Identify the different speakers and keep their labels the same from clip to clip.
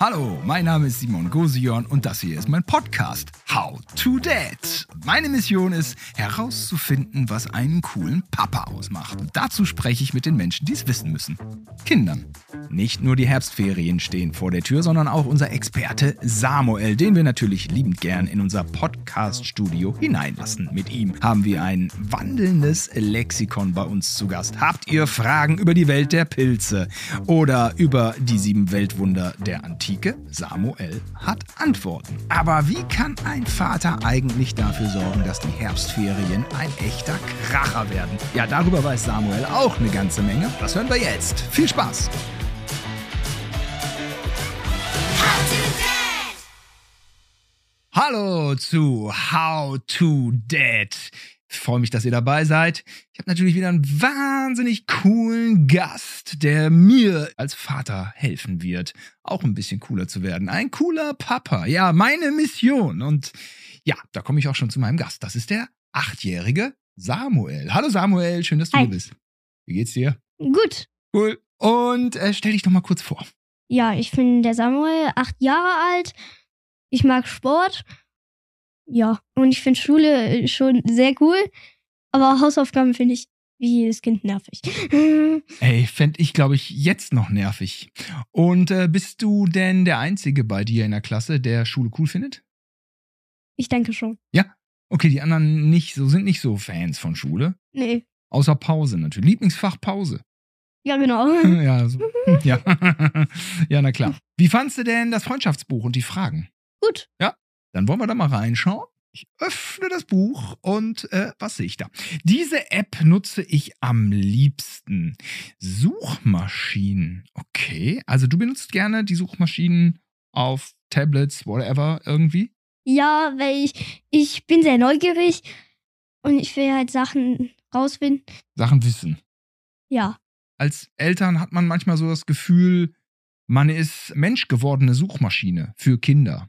Speaker 1: Hallo, mein Name ist Simon Gosion und das hier ist mein Podcast How to Dad. Meine Mission ist herauszufinden, was einen coolen Papa ausmacht. Und dazu spreche ich mit den Menschen, die es wissen müssen. Kindern. Nicht nur die Herbstferien stehen vor der Tür, sondern auch unser Experte Samuel, den wir natürlich liebend gern in unser Podcast-Studio hineinlassen. Mit ihm haben wir ein wandelndes Lexikon bei uns zu Gast. Habt ihr Fragen über die Welt der Pilze oder über die sieben Weltwunder der Antike? Samuel hat Antworten. Aber wie kann ein Vater eigentlich dafür sorgen, dass die Herbstferien ein echter Kracher werden? Ja, darüber weiß Samuel auch eine ganze Menge. Das hören wir jetzt. Viel Spaß! Hallo zu How to Dad. Ich freue mich, dass ihr dabei seid. Ich habe natürlich wieder einen wahnsinnig coolen Gast, der mir als Vater helfen wird, auch ein bisschen cooler zu werden. Ein cooler Papa. Ja, meine Mission. Und ja, da komme ich auch schon zu meinem Gast. Das ist der achtjährige Samuel. Hallo Samuel, schön, dass du
Speaker 2: Hi.
Speaker 1: hier bist. Wie geht's dir?
Speaker 2: Gut.
Speaker 1: Cool. Und äh, stell dich doch mal kurz vor.
Speaker 2: Ja, ich bin der Samuel, acht Jahre alt. Ich mag Sport. Ja, und ich finde Schule äh, schon sehr cool. Aber Hausaufgaben finde ich wie jedes Kind nervig.
Speaker 1: Ey, fänd ich, glaube ich, jetzt noch nervig. Und äh, bist du denn der Einzige bei dir in der Klasse, der Schule cool findet?
Speaker 2: Ich denke schon.
Speaker 1: Okay, die anderen nicht so, sind nicht so Fans von Schule.
Speaker 2: Nee.
Speaker 1: Außer Pause natürlich. Lieblingsfach Pause.
Speaker 2: Ja, genau.
Speaker 1: ja, so, ja. ja, na klar. Wie fandst du denn das Freundschaftsbuch und die Fragen?
Speaker 2: Gut.
Speaker 1: Dann wollen wir da mal reinschauen. Ich öffne das Buch und äh, was sehe ich da? Diese App nutze ich am liebsten. Suchmaschinen. Okay, also du benutzt gerne die Suchmaschinen auf Tablets, whatever, irgendwie.
Speaker 2: Ja, weil ich, ich bin sehr neugierig und ich will halt Sachen rausfinden.
Speaker 1: Sachen wissen.
Speaker 2: Ja.
Speaker 1: Als Eltern hat man manchmal so das Gefühl, man ist menschgewordene Suchmaschine für Kinder.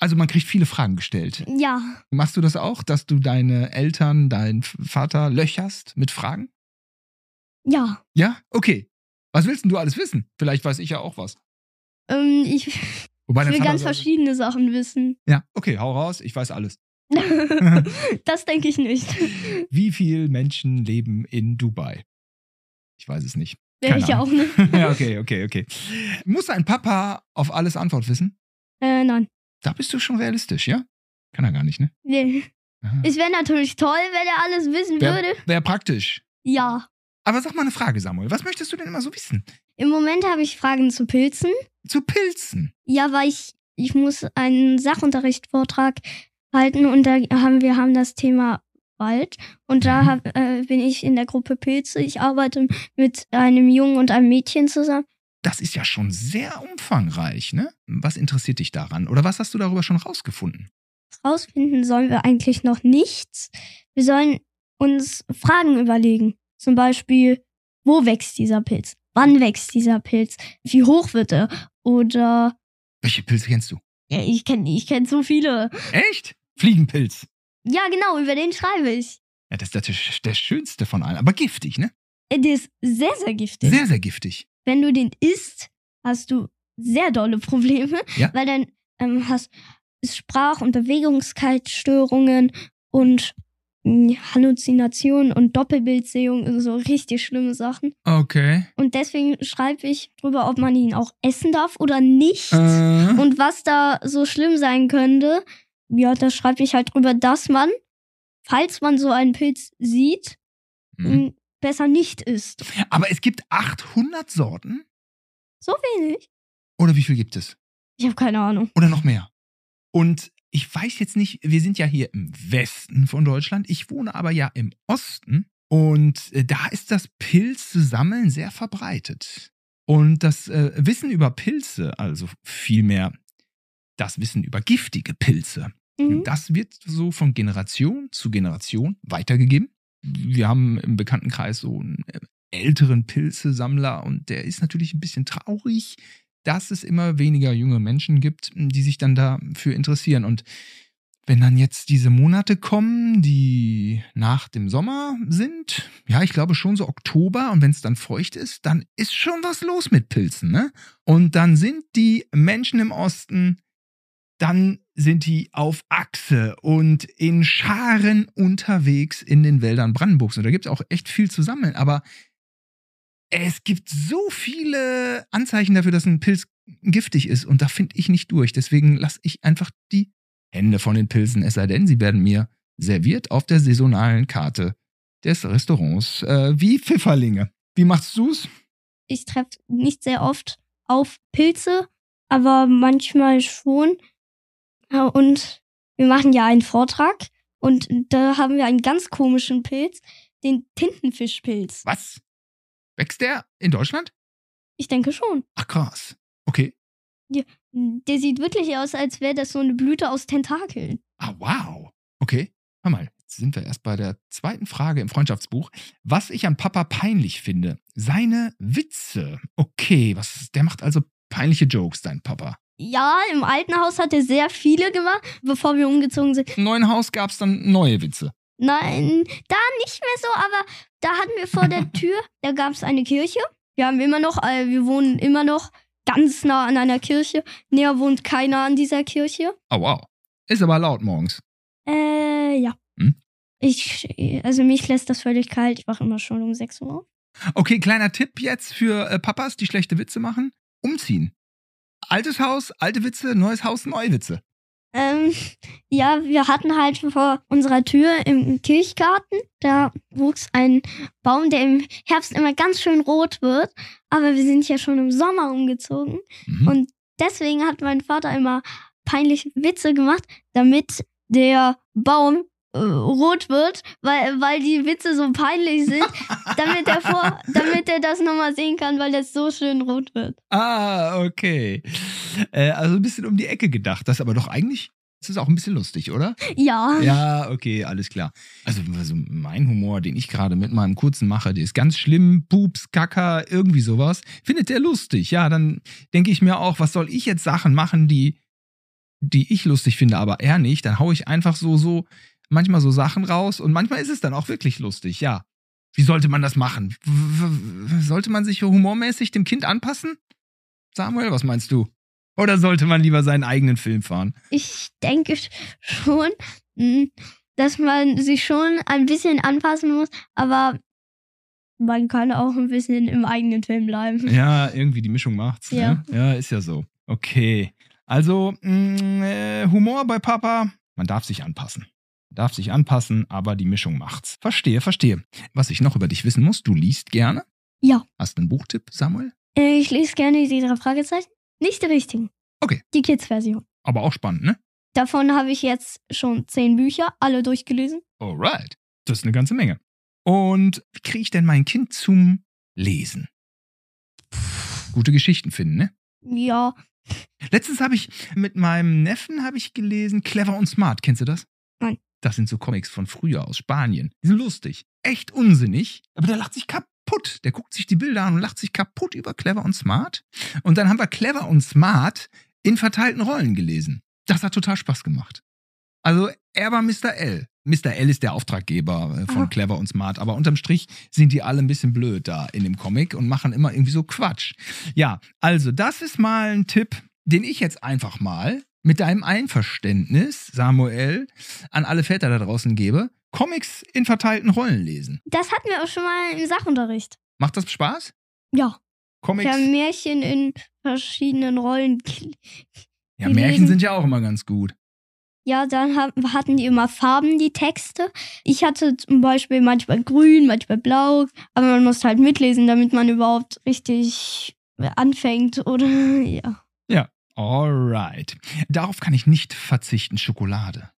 Speaker 1: Also man kriegt viele Fragen gestellt.
Speaker 2: Ja.
Speaker 1: Machst du das auch, dass du deine Eltern, deinen Vater löcherst mit Fragen?
Speaker 2: Ja.
Speaker 1: Ja? Okay. Was willst denn du alles wissen? Vielleicht weiß ich ja auch was.
Speaker 2: Ähm, ich
Speaker 1: Wobei dein
Speaker 2: will
Speaker 1: Vater
Speaker 2: ganz
Speaker 1: sagt-
Speaker 2: verschiedene Sachen wissen.
Speaker 1: Ja, okay, hau raus, ich weiß alles.
Speaker 2: das denke ich nicht.
Speaker 1: Wie viele Menschen leben in Dubai? Ich weiß es nicht.
Speaker 2: Wäre
Speaker 1: Keine
Speaker 2: ich ja auch
Speaker 1: Ahnung.
Speaker 2: nicht.
Speaker 1: ja, okay, okay, okay. Muss ein Papa auf alles Antwort wissen?
Speaker 2: Äh, nein.
Speaker 1: Da bist du schon realistisch, ja? Kann er gar nicht, ne?
Speaker 2: Nee.
Speaker 1: Aha.
Speaker 2: Es wäre natürlich toll, wenn er alles wissen würde.
Speaker 1: Wäre wär praktisch.
Speaker 2: Ja.
Speaker 1: Aber sag mal eine Frage, Samuel. Was möchtest du denn immer so wissen?
Speaker 2: Im Moment habe ich Fragen zu Pilzen.
Speaker 1: Zu Pilzen.
Speaker 2: Ja, weil ich, ich muss einen Sachunterrichtsvortrag halten und da haben wir haben das Thema Wald. Und da
Speaker 1: Mhm.
Speaker 2: hab, äh, bin ich in der Gruppe Pilze. Ich arbeite mit einem Jungen und einem Mädchen zusammen.
Speaker 1: Das ist ja schon sehr umfangreich, ne? Was interessiert dich daran? Oder was hast du darüber schon rausgefunden?
Speaker 2: Rausfinden sollen wir eigentlich noch nichts. Wir sollen uns Fragen überlegen. Zum Beispiel, wo wächst dieser Pilz? Wann wächst dieser Pilz? Wie hoch wird er? Oder
Speaker 1: Welche Pilze kennst du?
Speaker 2: Ja, ich kenne ich kenn so viele.
Speaker 1: Echt? Fliegenpilz.
Speaker 2: Ja, genau, über den schreibe ich.
Speaker 1: Ja, das ist der, sch- der schönste von allen, aber giftig, ne?
Speaker 2: Äh, Der ist sehr, sehr giftig.
Speaker 1: Sehr, sehr giftig.
Speaker 2: Wenn du den isst, hast du sehr dolle Probleme,
Speaker 1: Ja.
Speaker 2: weil dann ähm, hast Sprach- und Bewegungskaltstörungen und mh, Halluzinationen und Doppelbildsehung, also so richtig schlimme Sachen.
Speaker 1: Okay.
Speaker 2: Und deswegen schreibe ich drüber, ob man ihn auch essen darf oder nicht.
Speaker 1: Äh,
Speaker 2: Und was da so schlimm sein könnte, ja, da schreibe ich halt drüber, dass man, falls man so einen Pilz sieht,
Speaker 1: mhm.
Speaker 2: ihn besser nicht isst.
Speaker 1: aber es gibt 800 Sorten?
Speaker 2: So wenig?
Speaker 1: Oder wie viel gibt es?
Speaker 2: Ich habe keine Ahnung.
Speaker 1: Oder noch mehr. Und ich weiß jetzt nicht, wir sind ja hier im Westen von Deutschland. Ich wohne aber ja im Osten. Und äh, da ist das Pilze-Sammeln sehr verbreitet. Und das äh, Wissen über Pilze, also vielmehr das Wissen über giftige Pilze,
Speaker 2: Mhm.
Speaker 1: das wird so von Generation zu Generation weitergegeben. Wir haben im Bekanntenkreis so einen äh, älteren Pilzesammler und der ist natürlich ein bisschen traurig, hm, dass es immer weniger junge Menschen gibt, die sich dann dafür interessieren. Und Wenn dann jetzt diese Monate kommen, die nach dem Sommer sind, ja, ich glaube schon so Oktober und wenn es dann feucht ist, dann ist schon was los mit Pilzen, ne? Und dann sind die Menschen im Osten, dann sind die auf Achse und in Scharen unterwegs in den Wäldern Brandenburgs. Und da gibt es auch echt viel zu sammeln, aber es gibt so viele Anzeichen dafür, dass ein Pilz giftig ist und da finde ich nicht durch. Deswegen lasse ich einfach die Hände von den Pilzen, es sei denn, sie werden mir serviert auf der saisonalen Karte des Restaurants äh, wie Pfifferlinge. Wie machst du's?
Speaker 2: Ich treffe nicht sehr oft auf Pilze, aber manchmal schon. Ja, Und wir machen ja einen Vortrag und da haben wir einen ganz komischen Pilz, den Tintenfischpilz.
Speaker 1: Was? Wächst der in Deutschland?
Speaker 2: Ich denke schon.
Speaker 1: Ach krass. Okay.
Speaker 2: Der sieht wirklich aus, als wäre das so eine Blüte aus Tentakeln.
Speaker 1: Ah, wow. Okay, hör mal, jetzt sind wir erst bei der zweiten Frage im Freundschaftsbuch. Was ich an Papa peinlich finde, seine Witze. Okay, was, der macht also peinliche Jokes, dein Papa.
Speaker 2: Ja, im alten Haus hat er sehr viele gemacht, bevor wir umgezogen sind.
Speaker 1: Im neuen Haus gab es dann neue Witze.
Speaker 2: Nein, da nicht mehr so, aber da hatten wir vor der Tür, da gab es eine Kirche. Wir haben immer noch, äh, wir wohnen immer noch ganz nah an einer Kirche. Näher wohnt keiner an dieser Kirche.
Speaker 1: Ah, wow. Ist aber laut morgens.
Speaker 2: Äh, ja.
Speaker 1: Hm?
Speaker 2: Ich, also mich lässt das völlig kalt. Ich wache immer schon um 6 Uhr auf.
Speaker 1: Okay, kleiner Tipp jetzt für äh, Papas, die schlechte Witze machen. Umziehen. Altes Haus, alte Witze, neues Haus, neue Witze.
Speaker 2: Ähm, ja, wir hatten halt vor unserer Tür im Kirchgarten, da wuchs ein Baum, der im Herbst immer ganz schön rot wird. Aber wir sind ja schon im Sommer umgezogen.
Speaker 1: Mhm.
Speaker 2: Und deswegen hat mein Vater immer peinliche Witze gemacht, damit der Baum äh, rot wird, weil, weil die Witze so peinlich sind, damit er vor, damit er das nochmal sehen kann, weil das so schön rot wird.
Speaker 1: Ah, okay. Äh, also ein bisschen um die Ecke gedacht. Das aber doch eigentlich, das ist auch ein bisschen lustig, oder?
Speaker 2: Ja.
Speaker 1: Ja, okay, alles klar. Also, also mein Humor, den ich gerade mit meinem kurzen mache, der ist ganz schlimm. Pups, Kaka, irgendwie sowas. Findet der lustig. Ja, dann denke ich mir auch, was soll ich jetzt Sachen machen, die, die ich lustig finde, aber er nicht. Dann hau ich einfach so, so, manchmal so Sachen raus und manchmal ist es dann auch wirklich lustig, ja. Wie sollte man das machen? W- w- Sollte man sich humormäßig dem Kind anpassen? Samuel, was meinst du? Oder sollte man lieber seinen eigenen Film fahren?
Speaker 2: Ich denke sch- schon, mh, dass man sich schon ein bisschen anpassen muss, aber man kann auch ein bisschen im eigenen Film bleiben.
Speaker 1: Ja, irgendwie die Mischung macht's.
Speaker 2: Ja.
Speaker 1: Ne? ja ist ja so. Okay. Also, mh, äh, Humor bei Papa, man darf sich anpassen. Man darf sich anpassen, aber die Mischung macht's. Verstehe, verstehe. Was ich noch über dich wissen muss, du liest gerne.
Speaker 2: Ja.
Speaker 1: Hast du einen Buchtipp, Samuel?
Speaker 2: Äh, Ich lese gerne die drei Fragezeichen. Nicht die richtigen.
Speaker 1: Okay.
Speaker 2: Die Kids-Version.
Speaker 1: Aber auch spannend, ne?
Speaker 2: Davon habe ich jetzt schon zehn Bücher, alle durchgelesen.
Speaker 1: Alright. Das ist eine ganze Menge. Und wie kriege ich denn mein Kind zum Lesen? Gute Geschichten finden, ne?
Speaker 2: Ja,
Speaker 1: Letztens habe ich mit meinem Neffen habe ich gelesen Clever und Smart. Kennst du das?
Speaker 2: Nein.
Speaker 1: Das sind so Comics von früher aus Spanien. Die sind lustig, echt unsinnig, aber der lacht sich kaputt. Der guckt sich die Bilder an und lacht sich kaputt über Clever und Smart. Und dann haben wir Clever und Smart in verteilten Rollen gelesen. Das hat total Spaß gemacht. Also er war Mr. L. Mr. L ist der Auftraggeber äh, von
Speaker 2: Aha.
Speaker 1: Clever und Smart, aber unterm Strich sind die alle ein bisschen blöd da in dem Comic und machen immer irgendwie so Quatsch. Ja, also das ist mal ein Tipp, den ich jetzt einfach mal mit deinem Einverständnis, Samuel, an alle Väter da draußen gebe. Comics in verteilten Rollen lesen.
Speaker 2: das hatten wir auch schon mal im Sachunterricht.
Speaker 1: Macht das Spaß?
Speaker 2: Ja, wir
Speaker 1: Comics?
Speaker 2: haben Märchen in verschiedenen Rollen. gel-
Speaker 1: Ja,
Speaker 2: die
Speaker 1: Märchen
Speaker 2: lesen-
Speaker 1: sind ja auch immer ganz gut.
Speaker 2: Ja, dann ha- hatten die immer Farben, die Texte. Ich hatte zum Beispiel manchmal grün, manchmal blau, aber man musste halt mitlesen, damit man überhaupt richtig anfängt oder ja.
Speaker 1: Alright. Darauf kann ich nicht verzichten, Schokolade.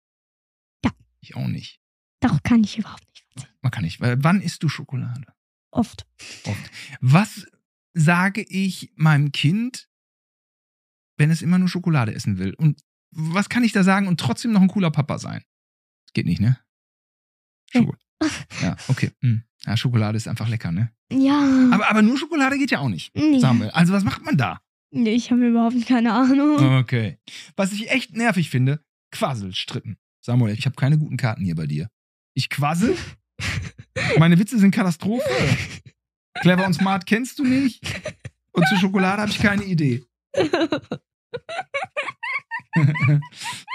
Speaker 2: Ja.
Speaker 1: Ich auch nicht.
Speaker 2: Darauf kann ich überhaupt nicht verzichten.
Speaker 1: Man kann nicht. Weil Wann isst du Schokolade?
Speaker 2: Oft.
Speaker 1: Was sage ich meinem Kind, wenn es immer nur Schokolade essen will? Und was kann ich da sagen und trotzdem noch ein cooler Papa sein? Geht nicht, ne? Schoko ja, okay. Hm. Ja, Schokolade ist einfach lecker, ne?
Speaker 2: Ja.
Speaker 1: Aber, aber nur Schokolade geht ja auch nicht.
Speaker 2: nee.
Speaker 1: Samuel. Also was macht man da?
Speaker 2: Nee, ich habe überhaupt keine Ahnung.
Speaker 1: Okay. Was ich echt nervig finde, Quasselstrippen. Samuel, ich habe keine guten Karten hier bei dir. Ich quassel. Meine Witze sind Katastrophe. Clever und smart kennst du nicht. Und zur Schokolade habe ich keine Idee.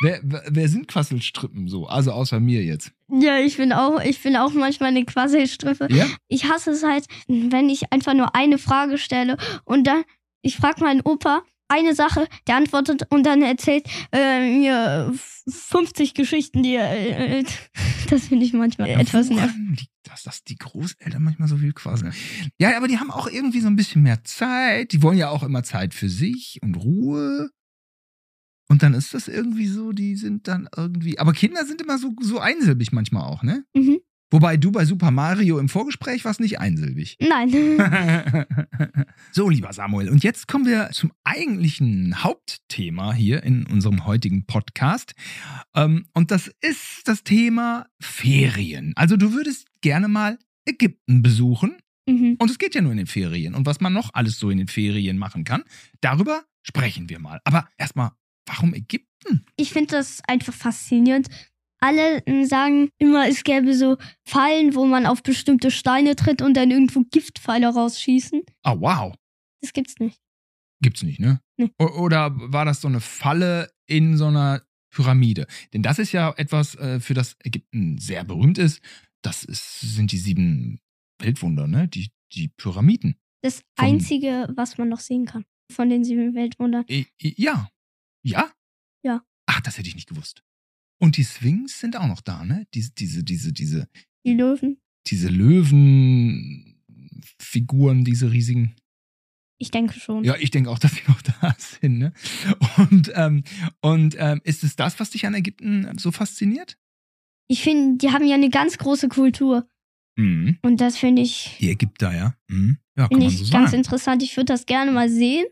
Speaker 1: wer, wer wer sind Quasselstrippen so? Also außer mir jetzt.
Speaker 2: Ja, ich bin auch, ich bin auch manchmal eine Quasselstriffe.
Speaker 1: Ja?
Speaker 2: Ich hasse es halt, wenn ich einfach nur eine Frage stelle und dann, ich frage meinen Opa eine Sache, der antwortet und dann erzählt äh, mir f- 50 Geschichten, die er. Äh, äh, das finde ich manchmal etwas nervig.
Speaker 1: Woran liegt das, dass die Großeltern manchmal so viel quasseln? Ja, aber die haben auch irgendwie so ein bisschen mehr Zeit. Die wollen ja auch immer Zeit für sich und Ruhe. Und dann ist das irgendwie so, die sind dann irgendwie. Aber Kinder sind immer so, so einsilbig manchmal auch, ne?
Speaker 2: Mhm.
Speaker 1: Wobei du bei Super Mario im Vorgespräch warst nicht einsilbig.
Speaker 2: Nein.
Speaker 1: so, lieber Samuel, und jetzt kommen wir zum eigentlichen Hauptthema hier in unserem heutigen Podcast. Ähm, und das ist das Thema Ferien. Also du würdest gerne mal Ägypten besuchen.
Speaker 2: mhm.
Speaker 1: Und es geht ja nur in den Ferien. Und was man noch alles so in den Ferien machen kann, darüber sprechen wir mal. Aber erstmal, warum Ägypten?
Speaker 2: Ich finde das einfach faszinierend. Alle äh, sagen immer, es gäbe so Fallen, wo man auf bestimmte Steine tritt und dann irgendwo Giftpfeile rausschießen.
Speaker 1: Ah, wow.
Speaker 2: Das gibt's nicht.
Speaker 1: Gibt's nicht, ne?
Speaker 2: Nee.
Speaker 1: O oder war das so eine Falle in so einer Pyramide? Denn das ist ja etwas, äh, für das Ägypten sehr berühmt ist. Das ist, sind die sieben Weltwunder, ne? Die, die Pyramiden.
Speaker 2: Das
Speaker 1: Vom-
Speaker 2: Einzige, was man noch sehen kann von den sieben Weltwundern.
Speaker 1: I I ja. Ja?
Speaker 2: Ja.
Speaker 1: Ach, das hätte ich nicht gewusst. Und die Sphinx sind auch noch da, ne? Diese, diese, diese, diese,
Speaker 2: Die Löwen.
Speaker 1: diese Löwenfiguren, diese riesigen.
Speaker 2: Ich denke schon.
Speaker 1: Ja, ich denke auch, dass die noch da sind. Ne? Und, ähm, und ähm, ist es das, was dich an Ägypten so fasziniert?
Speaker 2: Ich finde, die haben ja eine ganz große Kultur.
Speaker 1: Mhm.
Speaker 2: Und das finde ich,
Speaker 1: Die Ägypter, ja. Mhm. Ja, kann
Speaker 2: find
Speaker 1: man
Speaker 2: ich
Speaker 1: so
Speaker 2: ganz
Speaker 1: sagen.
Speaker 2: interessant. Ich würde das gerne mal sehen.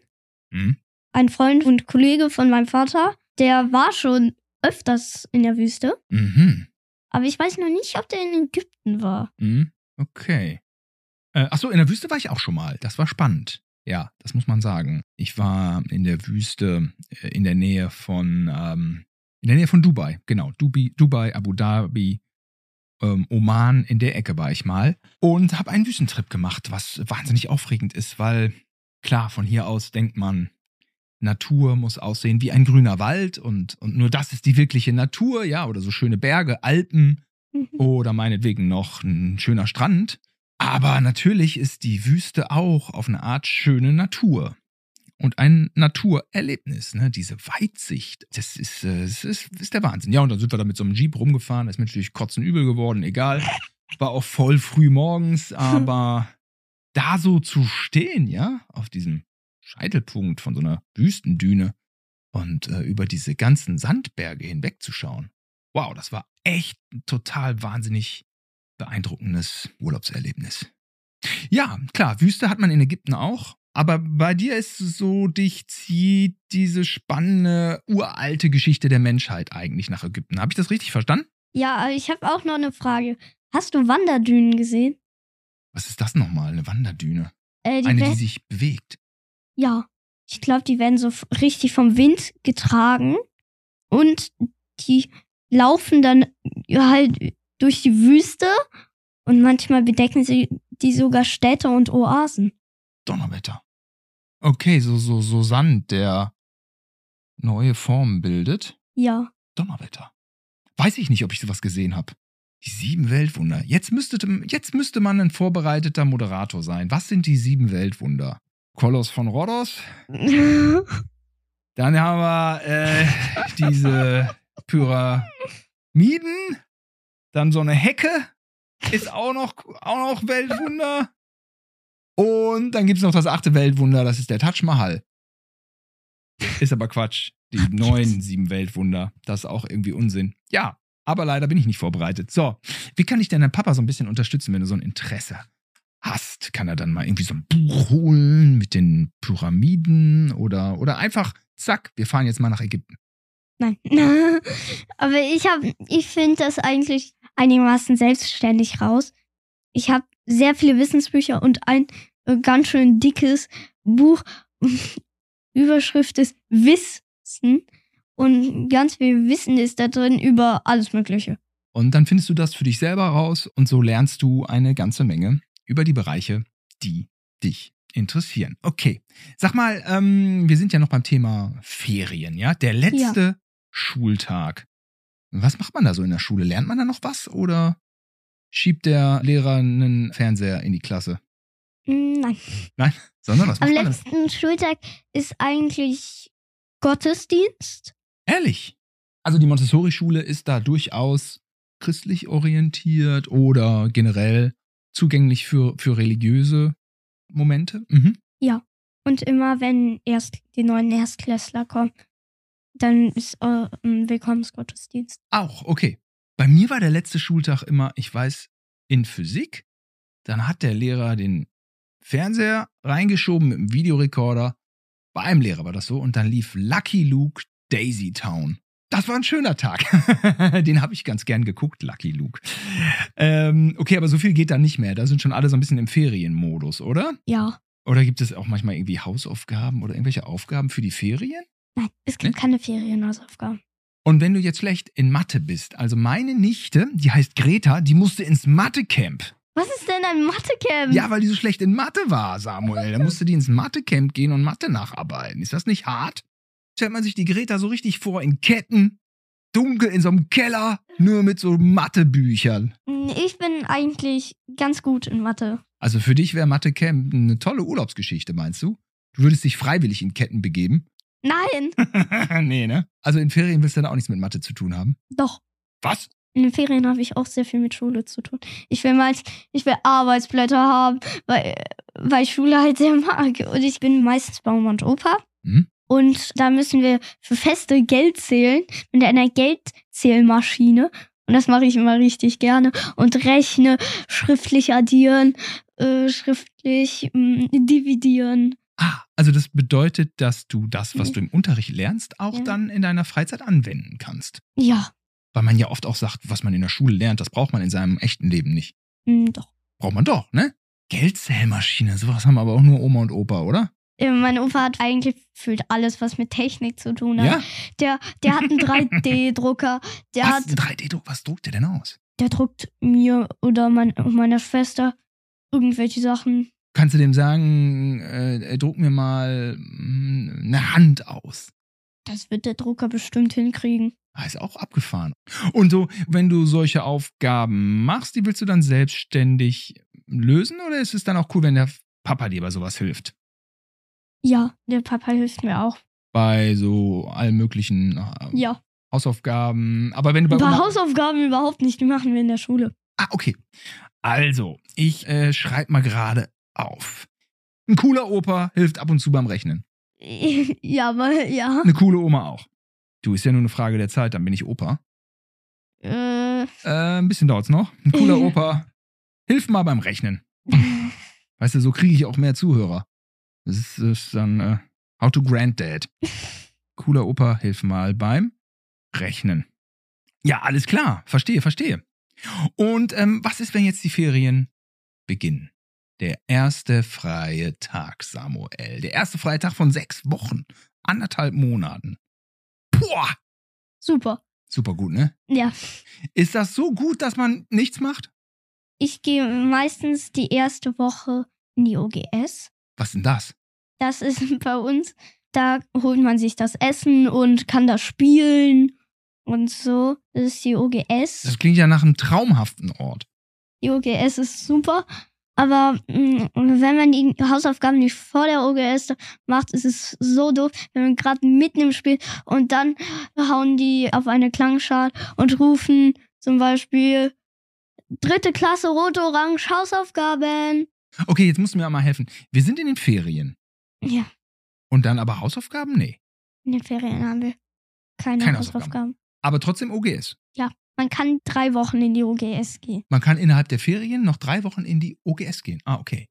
Speaker 1: Mhm.
Speaker 2: Ein Freund und Kollege von meinem Vater, der war schon öfters in der Wüste.
Speaker 1: Mhm.
Speaker 2: Aber ich weiß noch nicht, ob der in Ägypten war.
Speaker 1: Mhm. Okay. Äh, Achso, in der Wüste war ich auch schon mal. Das war spannend. Ja, das muss man sagen. Ich war in der Wüste äh, in der Nähe von ähm, in der Nähe von Dubai, genau. Dubi, Dubai, Abu Dhabi, ähm, Oman, in der Ecke war ich mal und habe einen Wüstentrip gemacht, was wahnsinnig aufregend ist, weil klar, von hier aus denkt man, Natur muss aussehen wie ein grüner Wald und, und nur das ist die wirkliche Natur, ja, oder so schöne Berge, Alpen, oder meinetwegen noch ein schöner Strand. Aber natürlich ist die Wüste auch auf eine Art schöne Natur. Und ein Naturerlebnis, ne? diese Weitsicht, das ist, äh, das ist, ist der Wahnsinn. Ja, und dann sind wir da mit so einem Jeep rumgefahren, das ist mir natürlich kotzen übel geworden, egal. War auch voll früh morgens, aber da so zu stehen, ja, auf diesem Scheitelpunkt von so einer Wüstendüne und äh, über diese ganzen Sandberge hinwegzuschauen, wow, das war echt ein total wahnsinnig beeindruckendes Urlaubserlebnis. Ja, klar, Wüste hat man in Ägypten auch. Aber bei dir ist es so, dich zieht diese spannende, uralte Geschichte der Menschheit eigentlich nach Ägypten. Habe ich das richtig verstanden?
Speaker 2: Ja, aber ich habe auch noch eine Frage. Hast du Wanderdünen gesehen?
Speaker 1: Was ist das nochmal? Eine Wanderdüne.
Speaker 2: Äh, die
Speaker 1: Eine, die
Speaker 2: wer-
Speaker 1: sich bewegt.
Speaker 2: Ja, ich glaube, die werden so f- richtig vom Wind getragen und die laufen dann halt durch die Wüste und manchmal bedecken sie die sogar Städte und Oasen.
Speaker 1: Donnerwetter. Okay, so, so, so Sand, der neue Formen bildet.
Speaker 2: Ja,
Speaker 1: Donnerwetter. Weiß ich nicht, ob ich sowas gesehen habe. Die sieben Weltwunder. Jetzt müsste, jetzt müsste man ein vorbereiteter Moderator sein. Was sind die sieben Weltwunder? Kolos von Rhodos. Dann haben wir äh, diese Pyramiden. Dann so eine Hecke. Ist auch noch, auch noch Weltwunder. Und dann gibt es noch das achte Weltwunder. Das ist der Taj Mahal. Ist aber Quatsch. Die neuen sieben Weltwunder. Das ist auch irgendwie Unsinn. Ja, aber leider bin ich nicht vorbereitet. So, wie kann ich denn deinen Papa so ein bisschen unterstützen, wenn du so ein Interesse hast, kann er dann mal irgendwie so ein Buch holen mit den Pyramiden oder, oder einfach, zack, wir fahren jetzt mal nach Ägypten.
Speaker 2: nein. Aber ich habe, ich finde das eigentlich einigermaßen selbstständig raus. Ich habe sehr viele Wissensbücher und ein äh, ganz schön dickes Buch. Überschrift ist Wissen. und ganz viel Wissen ist da drin über alles Mögliche.
Speaker 1: Und dann findest du das für dich selber raus und so lernst du eine ganze Menge über die Bereiche, die dich interessieren. Okay, sag mal, ähm, wir sind ja noch beim Thema Ferien, ja? Der letzte Schultag. Was macht man da so in der Schule? Lernt man da noch was oder schiebt der Lehrer einen Fernseher in die Klasse?
Speaker 2: Mm, Nein.
Speaker 1: Sondern was
Speaker 2: Am
Speaker 1: macht man da?
Speaker 2: letzten Schultag ist eigentlich Gottesdienst.
Speaker 1: Ehrlich. Also die Montessori-Schule ist da durchaus christlich orientiert oder generell zugänglich für, für religiöse Momente. Mhm.
Speaker 2: Und immer wenn erst die neuen Erstklässler kommen, dann ist äh, ein Willkommensgottesdienst.
Speaker 1: Auch, okay. Bei mir war der letzte Schultag immer, ich weiß, in Physik. Dann hat der Lehrer den Fernseher reingeschoben mit dem Videorekorder. Bei einem Lehrer war das so. Und dann lief Lucky Luke Daisy Town. Das war ein schöner Tag. den habe ich ganz gern geguckt, Lucky Luke. Ähm, okay, aber so viel geht da nicht mehr. Da sind schon alle so ein bisschen im Ferienmodus, oder?
Speaker 2: Ja.
Speaker 1: Oder gibt es auch manchmal irgendwie Hausaufgaben oder irgendwelche Aufgaben für die Ferien?
Speaker 2: Nein, es gibt keine Ferienhausaufgaben.
Speaker 1: Und wenn du jetzt schlecht in Mathe bist, also meine Nichte, die heißt Greta, die musste ins Mathecamp.
Speaker 2: Was ist denn ein Mathecamp?
Speaker 1: Ja, weil die so schlecht in Mathe war, Samuel. Da musste die ins Mathecamp gehen und Mathe nacharbeiten. Ist das nicht hart? Stellt man sich die Greta so richtig vor in Ketten, dunkel in so einem Keller, nur mit so Mathebüchern.
Speaker 2: Hm, Ich bin eigentlich ganz gut in Mathe.
Speaker 1: Also für dich wäre Mathecamp eine tolle Urlaubsgeschichte, meinst du? Du würdest dich freiwillig in Ketten begeben.
Speaker 2: Nein,
Speaker 1: nee, ne? Also in Ferien willst du dann auch nichts mit Mathe zu tun haben.
Speaker 2: doch.
Speaker 1: Was?
Speaker 2: In den Ferien habe ich auch sehr viel mit Schule zu tun. Ich will mal, ich will Arbeitsblätter haben, weil, weil ich Schule halt sehr mag. Und ich bin meistens bei Oma und Opa.
Speaker 1: Mhm.
Speaker 2: Und da müssen wir für Feste Geld zählen mit einer Geldzählmaschine. Und das mache ich immer richtig gerne. Und rechne, schriftlich addieren, äh, schriftlich mh, dividieren.
Speaker 1: Ah, also das bedeutet, dass du das, was du im Unterricht lernst, auch
Speaker 2: Mhm. Ja.
Speaker 1: dann in deiner Freizeit anwenden kannst.
Speaker 2: Ja,
Speaker 1: Weil man ja oft auch sagt, was man in der Schule lernt, das braucht man in seinem echten Leben nicht.
Speaker 2: mh, mm, doch.
Speaker 1: Braucht man doch, ne? Geldzählmaschine, sowas haben aber auch nur Oma und Opa, oder?
Speaker 2: Äh, Mein Opa hat eigentlich gefühlt alles, was mit Technik zu tun hat.
Speaker 1: Ja?
Speaker 2: Der, der hat einen 3D-Drucker. Der
Speaker 1: Was?
Speaker 2: hat
Speaker 1: Ein 3D-Druck, was druckt der denn aus?
Speaker 2: der druckt mir oder mein, meiner Schwester irgendwelche Sachen.
Speaker 1: Kannst du dem sagen, äh, druck mir mal mh, eine Hand aus?
Speaker 2: Das wird der Drucker bestimmt hinkriegen.
Speaker 1: Ah, ist auch abgefahren. Und so, wenn du solche Aufgaben machst, die willst du dann selbstständig lösen oder ist es dann auch cool, wenn der Papa dir bei sowas hilft?
Speaker 2: Ja, der Papa hilft mir auch.
Speaker 1: bei so allen möglichen äh,
Speaker 2: Ja.
Speaker 1: Hausaufgaben. Aber wenn du bei,
Speaker 2: Ein paar
Speaker 1: Oma-
Speaker 2: Hausaufgaben überhaupt nicht, die machen wir in der Schule.
Speaker 1: Ah, okay. Also, ich äh, schreibe mal gerade auf. Ein cooler Opa hilft ab und zu beim Rechnen.
Speaker 2: ja, aber ja.
Speaker 1: Eine coole Oma auch. Du, ist ja nur eine Frage der Zeit, dann bin ich Opa.
Speaker 2: Äh,
Speaker 1: Äh, ein bisschen dauert's noch. Ein cooler
Speaker 2: Ja.
Speaker 1: Opa hilft mal beim Rechnen. Weißt du, so kriege ich auch mehr Zuhörer. Das ist, ist dann äh, How to Granddad. Cooler Opa, hilf mal beim Rechnen. Ja, alles klar. Verstehe, verstehe. Und ähm, was ist, wenn jetzt die Ferien beginnen? Der erste freie Tag, Samuel. Der erste freie Tag von sechs Wochen. Anderthalb Monaten. Puh!
Speaker 2: super.
Speaker 1: Super gut, ne?
Speaker 2: Ja.
Speaker 1: Ist das so gut, dass man nichts macht?
Speaker 2: Ich gehe meistens die erste Woche in die OGS.
Speaker 1: Was denn das?
Speaker 2: Das ist bei uns. Da holt man sich das Essen und kann da spielen und so. Das ist die OGS.
Speaker 1: Das klingt ja nach einem traumhaften Ort.
Speaker 2: Die OGS ist super, aber mh, wenn man die Hausaufgaben nicht vor der OGS macht, ist es so doof, wenn man gerade mitten im Spiel und dann hauen die auf eine Klangschale und rufen zum Beispiel dritte Klasse rot-orange Hausaufgaben.
Speaker 1: Okay, jetzt musst du mir mal helfen. Wir sind in den Ferien.
Speaker 2: Ja,
Speaker 1: Und dann aber Hausaufgaben? Nee.
Speaker 2: in den Ferien haben wir keine,
Speaker 1: Keine
Speaker 2: Hausaufgaben.
Speaker 1: Hausaufgaben. Aber trotzdem OGS.
Speaker 2: Man kann drei Wochen in die OGS gehen,
Speaker 1: Man kann innerhalb der Ferien noch drei Wochen in die OGS gehen. Ah, okay.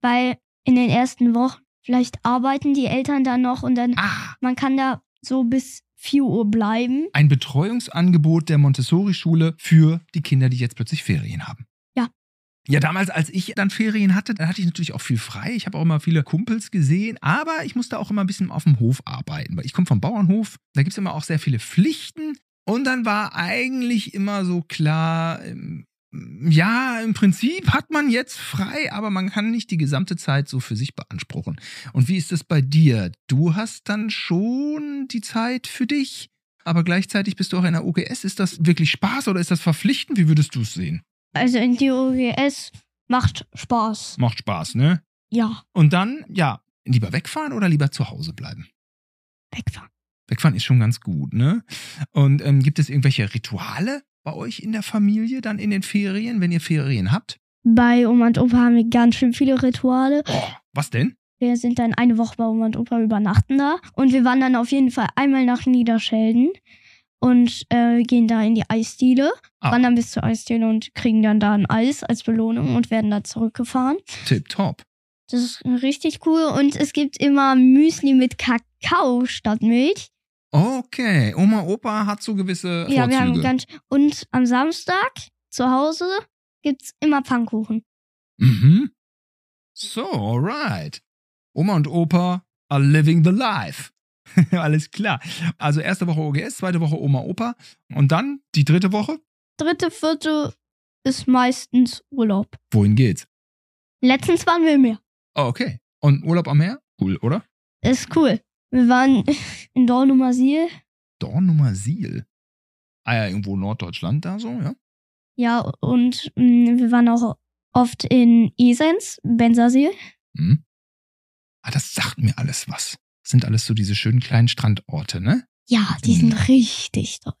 Speaker 2: weil in den ersten Wochen vielleicht arbeiten die Eltern da noch und dann
Speaker 1: Ah,
Speaker 2: man kann da so bis 4 Uhr bleiben.
Speaker 1: ein Betreuungsangebot der Montessori-Schule für die Kinder, die jetzt plötzlich Ferien haben.
Speaker 2: Ja.
Speaker 1: Ja, damals, als ich dann Ferien hatte, dann hatte ich natürlich auch viel frei. Ich habe auch immer viele Kumpels gesehen, aber ich musste auch immer ein bisschen auf dem Hof arbeiten, weil ich komme vom Bauernhof. Da gibt es immer auch sehr viele Pflichten. Und dann war eigentlich immer so klar, ähm, ja, im Prinzip hat man jetzt frei, aber man kann nicht die gesamte Zeit so für sich beanspruchen. Und wie ist es bei dir? Du hast dann schon die Zeit für dich, aber gleichzeitig bist du auch in der OGS. Ist das wirklich Spaß oder ist das verpflichtend? Wie würdest du es sehen?
Speaker 2: Also in die OGS macht Spaß.
Speaker 1: Macht Spaß, ne?
Speaker 2: Ja,
Speaker 1: Und dann, ja, lieber wegfahren oder lieber zu Hause bleiben?
Speaker 2: wegfahren.
Speaker 1: Wegfahren ist schon ganz gut, ne? Und ähm, gibt es irgendwelche Rituale bei euch in der Familie dann in den Ferien, wenn ihr Ferien habt?
Speaker 2: Bei Oma und Opa haben wir ganz schön viele Rituale.
Speaker 1: Oh, was denn?
Speaker 2: Wir sind dann eine Woche bei Oma und Opa übernachten da. Und wir wandern auf jeden Fall einmal nach Niederschelden und äh, gehen da in die Eisdiele.
Speaker 1: Ah.
Speaker 2: Wandern bis zur Eisdiele und kriegen dann da ein Eis als Belohnung und werden da zurückgefahren.
Speaker 1: Tip top.
Speaker 2: Das ist richtig cool. Und es gibt immer Müsli mit Kakao statt Milch.
Speaker 1: Okay, Oma, Opa hat so gewisse Vorzüge.
Speaker 2: Ja, wir haben ganz. Und am Samstag zu Hause gibt's immer Pfannkuchen.
Speaker 1: mhm. So, alright. Oma und Opa are living the life. Alles klar. Also erste Woche OGS, zweite Woche Oma, Opa und dann die dritte Woche.
Speaker 2: Dritte, vierte ist meistens Urlaub.
Speaker 1: Wohin geht's?
Speaker 2: Letztens waren wir im Meer.
Speaker 1: Oh, okay. Und Urlaub am Meer? Cool, oder?
Speaker 2: Ist cool. Wir waren in Dornumersiel.
Speaker 1: Dornumer Siel. Ah ja, irgendwo Norddeutschland da so, ja?
Speaker 2: Ja, und mh, wir waren auch oft in Esens, Bensersiel.
Speaker 1: Hm. Ah, das sagt mir alles was. Das sind alles so diese schönen kleinen Strandorte, ne?
Speaker 2: Ja, die sind richtig toll.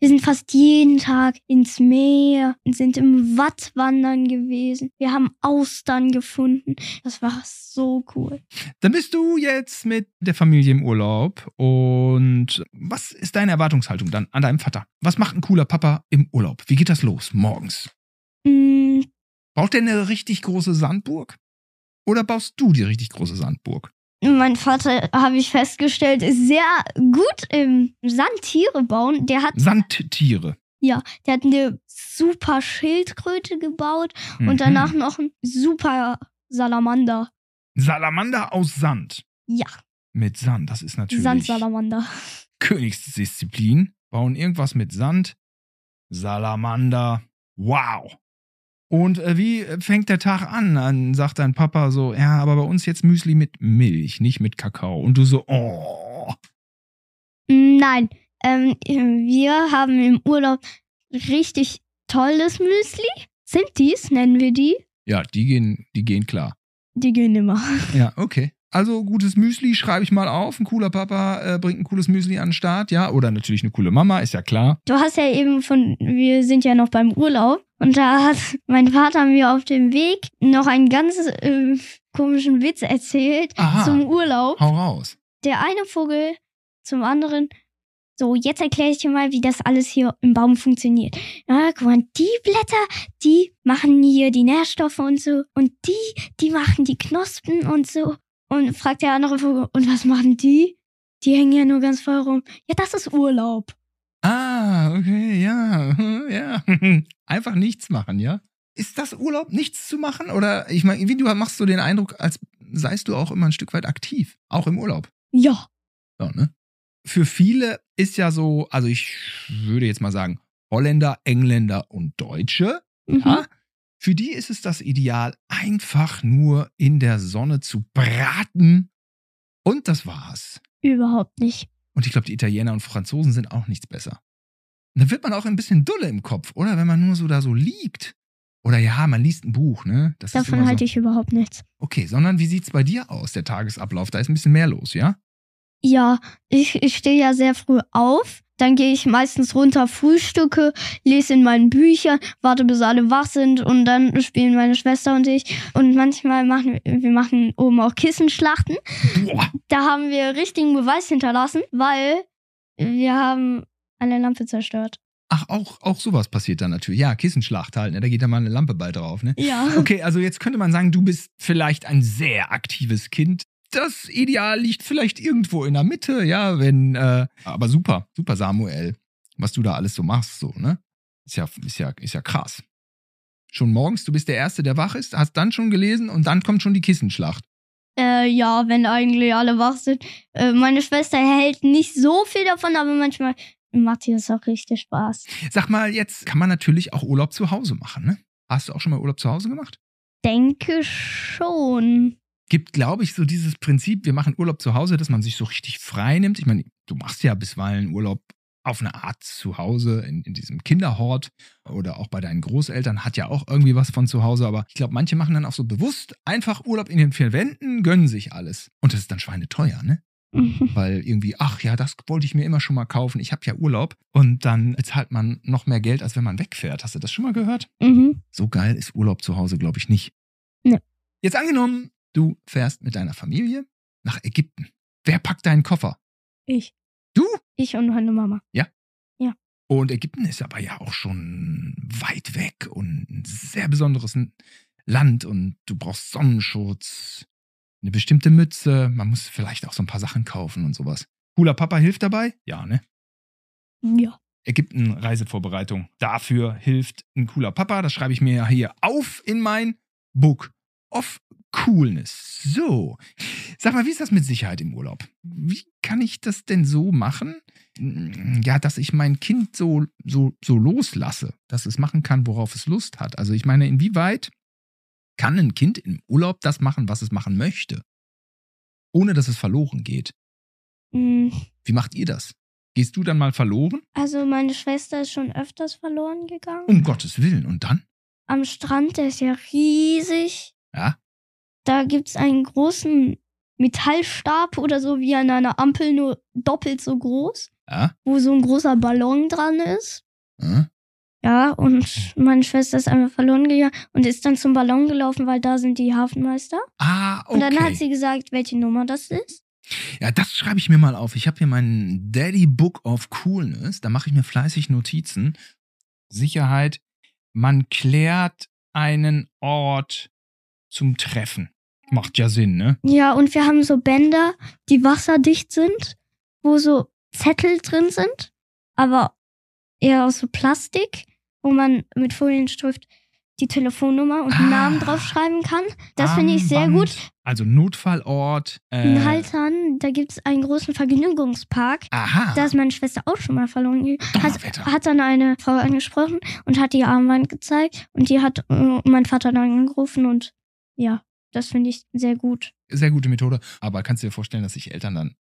Speaker 2: Wir sind fast jeden Tag ins Meer und sind im Watt wandern gewesen. Wir haben Austern gefunden. Das war so cool.
Speaker 1: Dann bist du jetzt mit der Familie im Urlaub und was ist deine Erwartungshaltung dann an deinem Vater? Was macht ein cooler Papa im Urlaub? Wie geht das los morgens?
Speaker 2: Mm,
Speaker 1: Baut der eine richtig große Sandburg? Oder baust du die richtig große Sandburg?
Speaker 2: Mein Vater, habe ich festgestellt, ist sehr gut im Sand Tiere bauen. Der hat,
Speaker 1: Sandtiere.
Speaker 2: der hat eine super Schildkröte gebaut
Speaker 1: Mhm.
Speaker 2: und danach noch einen super Salamander.
Speaker 1: Salamander aus Sand.
Speaker 2: Ja,
Speaker 1: Mit Sand, das ist natürlich.
Speaker 2: Sandsalamander.
Speaker 1: Königsdisziplin, bauen irgendwas mit Sand, Salamander, wow. Und äh, wie äh, fängt der Tag an? Dann sagt dein Papa so, ja, aber bei uns jetzt Müsli mit Milch, nicht mit Kakao. Und du so, oh.
Speaker 2: Nein, ähm, wir haben im Urlaub richtig tolles Müsli. Simtis nennen wir die.
Speaker 1: Ja, die gehen, die gehen klar.
Speaker 2: Die gehen immer.
Speaker 1: Ja, okay. Also gutes Müsli schreibe ich mal auf. Ein cooler Papa äh, bringt ein cooles Müsli an den Start, ja. Oder natürlich eine coole Mama, ist ja klar.
Speaker 2: Du hast ja eben von, wir sind ja noch beim Urlaub. Und da hat mein Vater mir auf dem Weg noch einen ganz äh, komischen Witz erzählt
Speaker 1: Aha.
Speaker 2: zum Urlaub.
Speaker 1: Hau raus.
Speaker 2: Der eine Vogel zum anderen. So, jetzt erkläre ich dir mal, wie das alles hier im Baum funktioniert. Na, guck mal, die Blätter, die machen hier die Nährstoffe und so. Und die, die machen die Knospen und so. Und fragt der andere Vogel, und was machen die? Die hängen ja nur ganz voll rum. Ja, das ist Urlaub.
Speaker 1: Ah, okay, ja, hm, ja. Einfach nichts machen, ja? Ist das Urlaub, nichts zu machen? Oder ich meine, wie du machst so den Eindruck, als seist du auch immer ein Stück weit aktiv, auch im Urlaub.
Speaker 2: Ja.
Speaker 1: Ja, ne? Für viele ist ja so, also ich würde jetzt mal sagen, Holländer, Engländer und Deutsche,
Speaker 2: Mhm.
Speaker 1: ja? Für die ist es das Ideal, einfach nur in der Sonne zu braten. Und das war's.
Speaker 2: Überhaupt nicht.
Speaker 1: Und ich glaube, die Italiener und Franzosen sind auch nichts besser. Und dann wird man auch ein bisschen dulle im Kopf, oder? Wenn man nur so da so liegt. Oder ja, man liest ein Buch, ne? Das ist
Speaker 2: Davon
Speaker 1: immer
Speaker 2: halte
Speaker 1: so.
Speaker 2: ich überhaupt nichts.
Speaker 1: Okay, sondern wie sieht's bei dir aus, der Tagesablauf? Da ist ein bisschen mehr los, ja?
Speaker 2: Ja, ich, ich stehe ja sehr früh auf. Dann gehe ich meistens runter, frühstücke, lese in meinen Büchern, warte bis alle wach sind und dann spielen meine Schwester und ich. Und manchmal machen wir, wir machen oben auch Kissenschlachten.
Speaker 1: Boah,
Speaker 2: Da haben wir richtigen Beweis hinterlassen, weil wir haben eine Lampe zerstört.
Speaker 1: ach, auch, auch sowas passiert dann natürlich. Ja, Kissenschlacht halt, ne? Da geht ja mal eine Lampe bei drauf, ne?
Speaker 2: Ja.
Speaker 1: Okay, also jetzt könnte man sagen, du bist vielleicht ein sehr aktives Kind. Das Ideal liegt vielleicht irgendwo in der Mitte, ja, wenn, äh, aber super, super Samuel, was du da alles so machst, so, ne? Ist ja, ist ja, ist ja krass. Schon morgens, du bist der Erste, der wach ist, hast dann schon gelesen und dann kommt schon die Kissenschlacht.
Speaker 2: Äh, ja, wenn eigentlich alle wach sind. Äh, meine Schwester hält nicht so viel davon, aber manchmal macht ihr das auch richtig Spaß.
Speaker 1: Sag mal, jetzt kann man natürlich auch Urlaub zu Hause machen, ne? Hast du auch schon mal Urlaub zu Hause gemacht?
Speaker 2: Denke schon.
Speaker 1: Gibt, glaube ich, so dieses Prinzip, wir machen Urlaub zu Hause, dass man sich so richtig frei nimmt. Ich meine, du machst ja bisweilen Urlaub auf eine Art zu Hause, in, in diesem Kinderhort oder auch bei deinen Großeltern, hat ja auch irgendwie was von zu Hause, aber ich glaube, manche machen dann auch so bewusst einfach Urlaub in den vier Wänden, gönnen sich alles. Und das ist dann schweineteuer, ne? weil irgendwie, ach ja, das wollte ich mir immer schon mal kaufen, ich habe ja Urlaub und dann bezahlt man noch mehr Geld, als wenn man wegfährt. Hast du das schon mal gehört?
Speaker 2: mhm.
Speaker 1: So geil ist Urlaub zu Hause, glaube ich, nicht.
Speaker 2: Nee.
Speaker 1: Jetzt angenommen, du fährst mit deiner Familie nach Ägypten. Wer packt deinen Koffer?
Speaker 2: Ich.
Speaker 1: Du?
Speaker 2: Ich und meine Mama.
Speaker 1: Und Ägypten ist aber ja auch schon weit weg und ein sehr besonderes Land und du brauchst Sonnenschutz, eine bestimmte Mütze, man muss vielleicht auch so ein paar Sachen kaufen und sowas. Cooler Papa hilft dabei? Ja, ne?
Speaker 2: Ja.
Speaker 1: Ägypten-Reisevorbereitung. Dafür hilft ein cooler Papa. Das schreibe ich mir ja hier auf in mein Book of Coolness. So. Sag mal, wie ist das mit Sicherheit im Urlaub? Wie kann ich das denn so machen? Hm, Ja, dass ich mein Kind so, so, so loslasse, dass es machen kann, worauf es Lust hat. Also ich meine, inwieweit kann ein Kind im Urlaub das machen, was es machen möchte? Ohne dass es verloren geht.
Speaker 2: Mm,
Speaker 1: Wie macht ihr das? Gehst du dann mal verloren?
Speaker 2: Also meine Schwester ist schon öfters verloren gegangen.
Speaker 1: Um Gottes Willen. Und dann?
Speaker 2: Am Strand, der ist ja riesig.
Speaker 1: Ja.
Speaker 2: Da gibt's einen großen Metallstab oder so wie an einer Ampel, nur doppelt so groß,
Speaker 1: Ja. Hm?
Speaker 2: wo so ein großer Ballon dran ist.
Speaker 1: ja.
Speaker 2: Ja, und meine Schwester ist einmal verloren gegangen und ist dann zum Ballon gelaufen, weil da sind die Hafenmeister.
Speaker 1: Ah, okay.
Speaker 2: Und dann hat sie gesagt, welche Nummer das ist.
Speaker 1: ja, das schreibe ich mir mal auf. Ich habe hier meinen Daddy Book of Coolness. Da mache ich mir fleißig Notizen. Sicherheit. Man klärt einen Ort zum Treffen. Macht ja Sinn, ne?
Speaker 2: Ja, und wir haben so Bänder, die wasserdicht sind, wo so Zettel drin sind, aber eher aus so Plastik, wo man mit Folienstift die Telefonnummer und den
Speaker 1: Ah.
Speaker 2: Namen draufschreiben kann. Das finde ich sehr gut.
Speaker 1: Armband, Also Notfallort. Äh,
Speaker 2: In Haltern, da gibt es einen großen Vergnügungspark.
Speaker 1: Aha.
Speaker 2: Da ist meine Schwester auch schon mal verloren. gegangen. Hat,
Speaker 1: Donnerwetter.
Speaker 2: hat dann eine Frau angesprochen und hat die Armband gezeigt und die hat äh, mein Vater dann angerufen und ja, das finde ich sehr gut.
Speaker 1: sehr gute Methode. Aber kannst du dir vorstellen, dass sich Eltern dann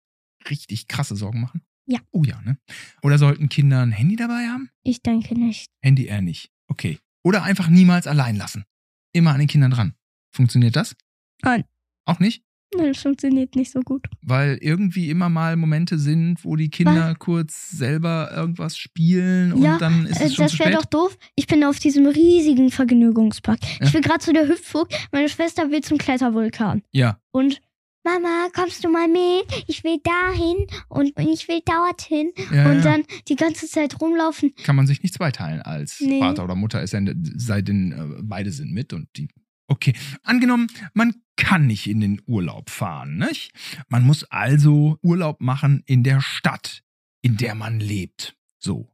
Speaker 1: richtig krasse Sorgen machen?
Speaker 2: Ja.
Speaker 1: Oh ja, ne? Oder sollten Kinder ein Handy dabei haben?
Speaker 2: Ich denke nicht.
Speaker 1: Handy eher nicht. Okay. Oder einfach niemals allein lassen. Immer an den Kindern dran. Funktioniert das?
Speaker 2: Nein.
Speaker 1: Auch nicht?
Speaker 2: Nein, das funktioniert nicht so gut.
Speaker 1: Weil irgendwie immer mal Momente sind, wo die Kinder kurz selber irgendwas spielen und
Speaker 2: Ja,
Speaker 1: dann ist
Speaker 2: Äh,
Speaker 1: es schon zu
Speaker 2: das wäre
Speaker 1: spät.
Speaker 2: doch doof. Ich bin auf diesem riesigen Vergnügungspark.
Speaker 1: Ja.
Speaker 2: Ich will gerade zu der Hüpfburg. Meine Schwester will zum Klettervulkan.
Speaker 1: ja.
Speaker 2: Und Mama, kommst du mal mit? Ich will dahin und ich will dorthin.
Speaker 1: ja,
Speaker 2: Und
Speaker 1: ja.
Speaker 2: dann die ganze Zeit rumlaufen.
Speaker 1: kann man sich nicht zweiteilen als
Speaker 2: Nee.
Speaker 1: Vater oder Mutter, es sei denn, sei denn äh, beide sind mit und die. Okay, angenommen, man kann nicht in den Urlaub fahren, nicht? Man muss also Urlaub machen in der Stadt, in der man lebt. So,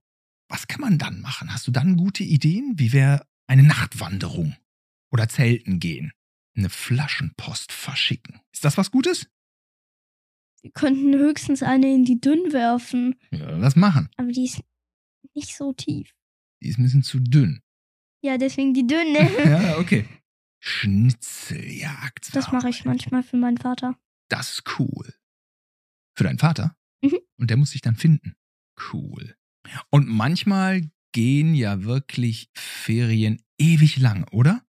Speaker 1: was kann man dann machen? Hast du dann gute Ideen? Wie wäre eine Nachtwanderung oder Zelten gehen? Eine Flaschenpost verschicken. Ist das was Gutes?
Speaker 2: Wir könnten höchstens eine in die Dünn werfen.
Speaker 1: Ja, das machen.
Speaker 2: Aber die ist nicht so tief.
Speaker 1: Die ist ein bisschen zu dünn.
Speaker 2: Ja, deswegen die Dünne.
Speaker 1: Ja, okay. Schnitzeljagd.
Speaker 2: Das mache ich manchmal für meinen Vater.
Speaker 1: Das ist cool. Für deinen Vater?
Speaker 2: Mhm.
Speaker 1: Und der muss dich dann finden. Cool. Und manchmal gehen ja wirklich Ferien ewig lang, oder?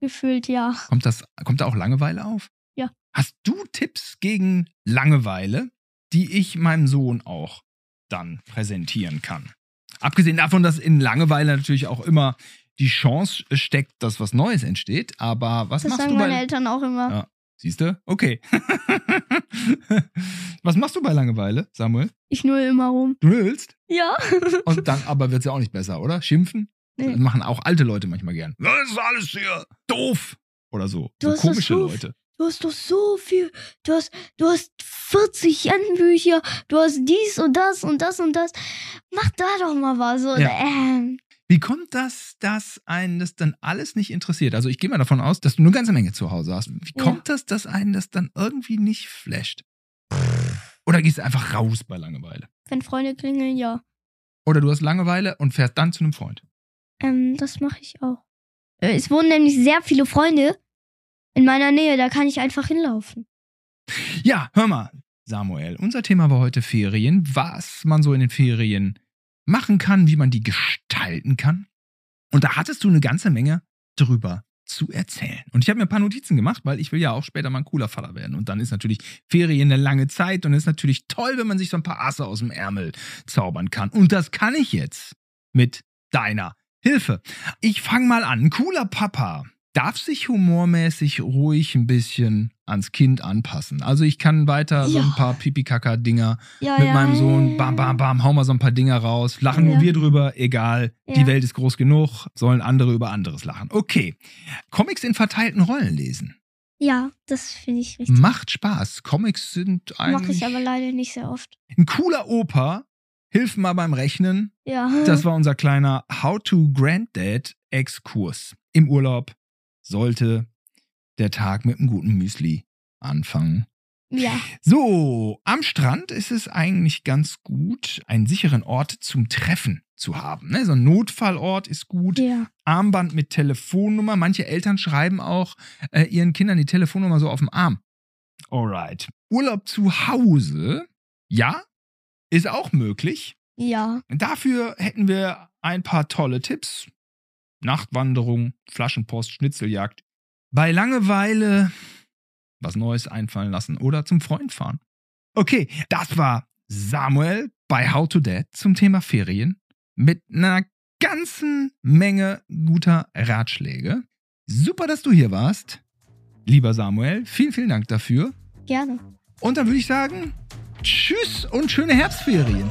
Speaker 2: Gefühlt ja.
Speaker 1: Kommt, das, kommt da auch Langeweile auf?
Speaker 2: Ja.
Speaker 1: Hast du Tipps gegen Langeweile, die ich meinem Sohn auch dann präsentieren kann? Abgesehen davon, dass in Langeweile natürlich auch immer die Chance steckt, dass was Neues entsteht. Aber was
Speaker 2: Das
Speaker 1: machst
Speaker 2: sagen
Speaker 1: du
Speaker 2: meine
Speaker 1: bei
Speaker 2: Eltern auch immer.
Speaker 1: Ja. Siehst du? Okay. Was machst du bei Langeweile, Samuel?
Speaker 2: Ich null immer rum.
Speaker 1: Du willst?
Speaker 2: Ja.
Speaker 1: Und dann aber wird es ja auch nicht besser, oder? Schimpfen?
Speaker 2: Nee.
Speaker 1: Das machen auch alte Leute manchmal gern. Was ist alles hier? Doof! Oder so.
Speaker 2: Du
Speaker 1: so
Speaker 2: hast das
Speaker 1: komische
Speaker 2: doof.
Speaker 1: Leute.
Speaker 2: Du hast doch so viel. Du hast, du hast 40 Handbücher. Du hast dies und das und das und das. Mach da doch mal was. Oder,
Speaker 1: Ja.
Speaker 2: ähm,
Speaker 1: Wie kommt das, dass einen das dann alles nicht interessiert? Also ich gehe mal davon aus, dass du eine ganze Menge zu Hause hast. Wie
Speaker 2: Ja.
Speaker 1: kommt das, dass einen das dann irgendwie nicht flasht? Oder gehst du einfach raus bei Langeweile?
Speaker 2: Wenn Freunde klingeln, ja.
Speaker 1: Oder du hast Langeweile und fährst dann zu einem Freund.
Speaker 2: Ähm, das mache ich auch. Äh, Es wohnen nämlich sehr viele Freunde in meiner Nähe, da kann ich einfach hinlaufen.
Speaker 1: Ja, hör mal, Samuel, unser Thema war heute Ferien. Was man so in den Ferien machen kann, wie man die gestalten kann. Und da hattest du eine ganze Menge drüber zu erzählen. Und ich habe mir ein paar Notizen gemacht, weil ich will ja auch später mal ein cooler Vater werden. Und dann ist natürlich Ferien eine lange Zeit und es ist natürlich toll, wenn man sich so ein paar Asse aus dem Ärmel zaubern kann. Und das kann ich jetzt mit deiner Hilfe. Ich fange mal an. Ein cooler Papa darf sich humormäßig ruhig ein bisschen ans Kind anpassen. Also ich kann weiter so
Speaker 2: Ja.
Speaker 1: ein paar Pipi-Kaka-Dinger
Speaker 2: Ja,
Speaker 1: mit
Speaker 2: ja.
Speaker 1: meinem Sohn, bam, bam, bam, hau mal so ein paar Dinger raus, lachen nur
Speaker 2: Ja.
Speaker 1: wir drüber, egal, die
Speaker 2: Ja.
Speaker 1: Welt ist groß genug, sollen andere über anderes lachen. Okay, Comics in verteilten Rollen lesen.
Speaker 2: Ja, das finde ich richtig.
Speaker 1: Macht Spaß. Comics sind
Speaker 2: Mache ich
Speaker 1: eigentlich
Speaker 2: aber leider nicht sehr oft.
Speaker 1: ein cooler Opa. Hilf mal beim Rechnen.
Speaker 2: Ja.
Speaker 1: Das war unser kleiner How-to-Granddad-Exkurs. Im Urlaub sollte der Tag mit einem guten Müsli anfangen.
Speaker 2: ja.
Speaker 1: So, am Strand ist es eigentlich ganz gut, einen sicheren Ort zum Treffen zu haben. Ne? So ein Notfallort ist gut.
Speaker 2: Ja.
Speaker 1: Armband mit Telefonnummer. Manche Eltern schreiben auch äh, ihren Kindern die Telefonnummer so auf dem Arm. Alright. Urlaub zu Hause, ja, ist auch möglich.
Speaker 2: Ja.
Speaker 1: Dafür hätten wir ein paar tolle Tipps. Nachtwanderung, Flaschenpost, Schnitzeljagd. Bei Langeweile was Neues einfallen lassen oder zum Freund fahren. Okay, das war Samuel bei How to Dad zum Thema Ferien mit einer ganzen Menge guter Ratschläge. Super, dass du hier warst, lieber Samuel. Vielen, vielen Dank dafür.
Speaker 2: Gerne.
Speaker 1: Und dann würde ich sagen, tschüss und schöne Herbstferien.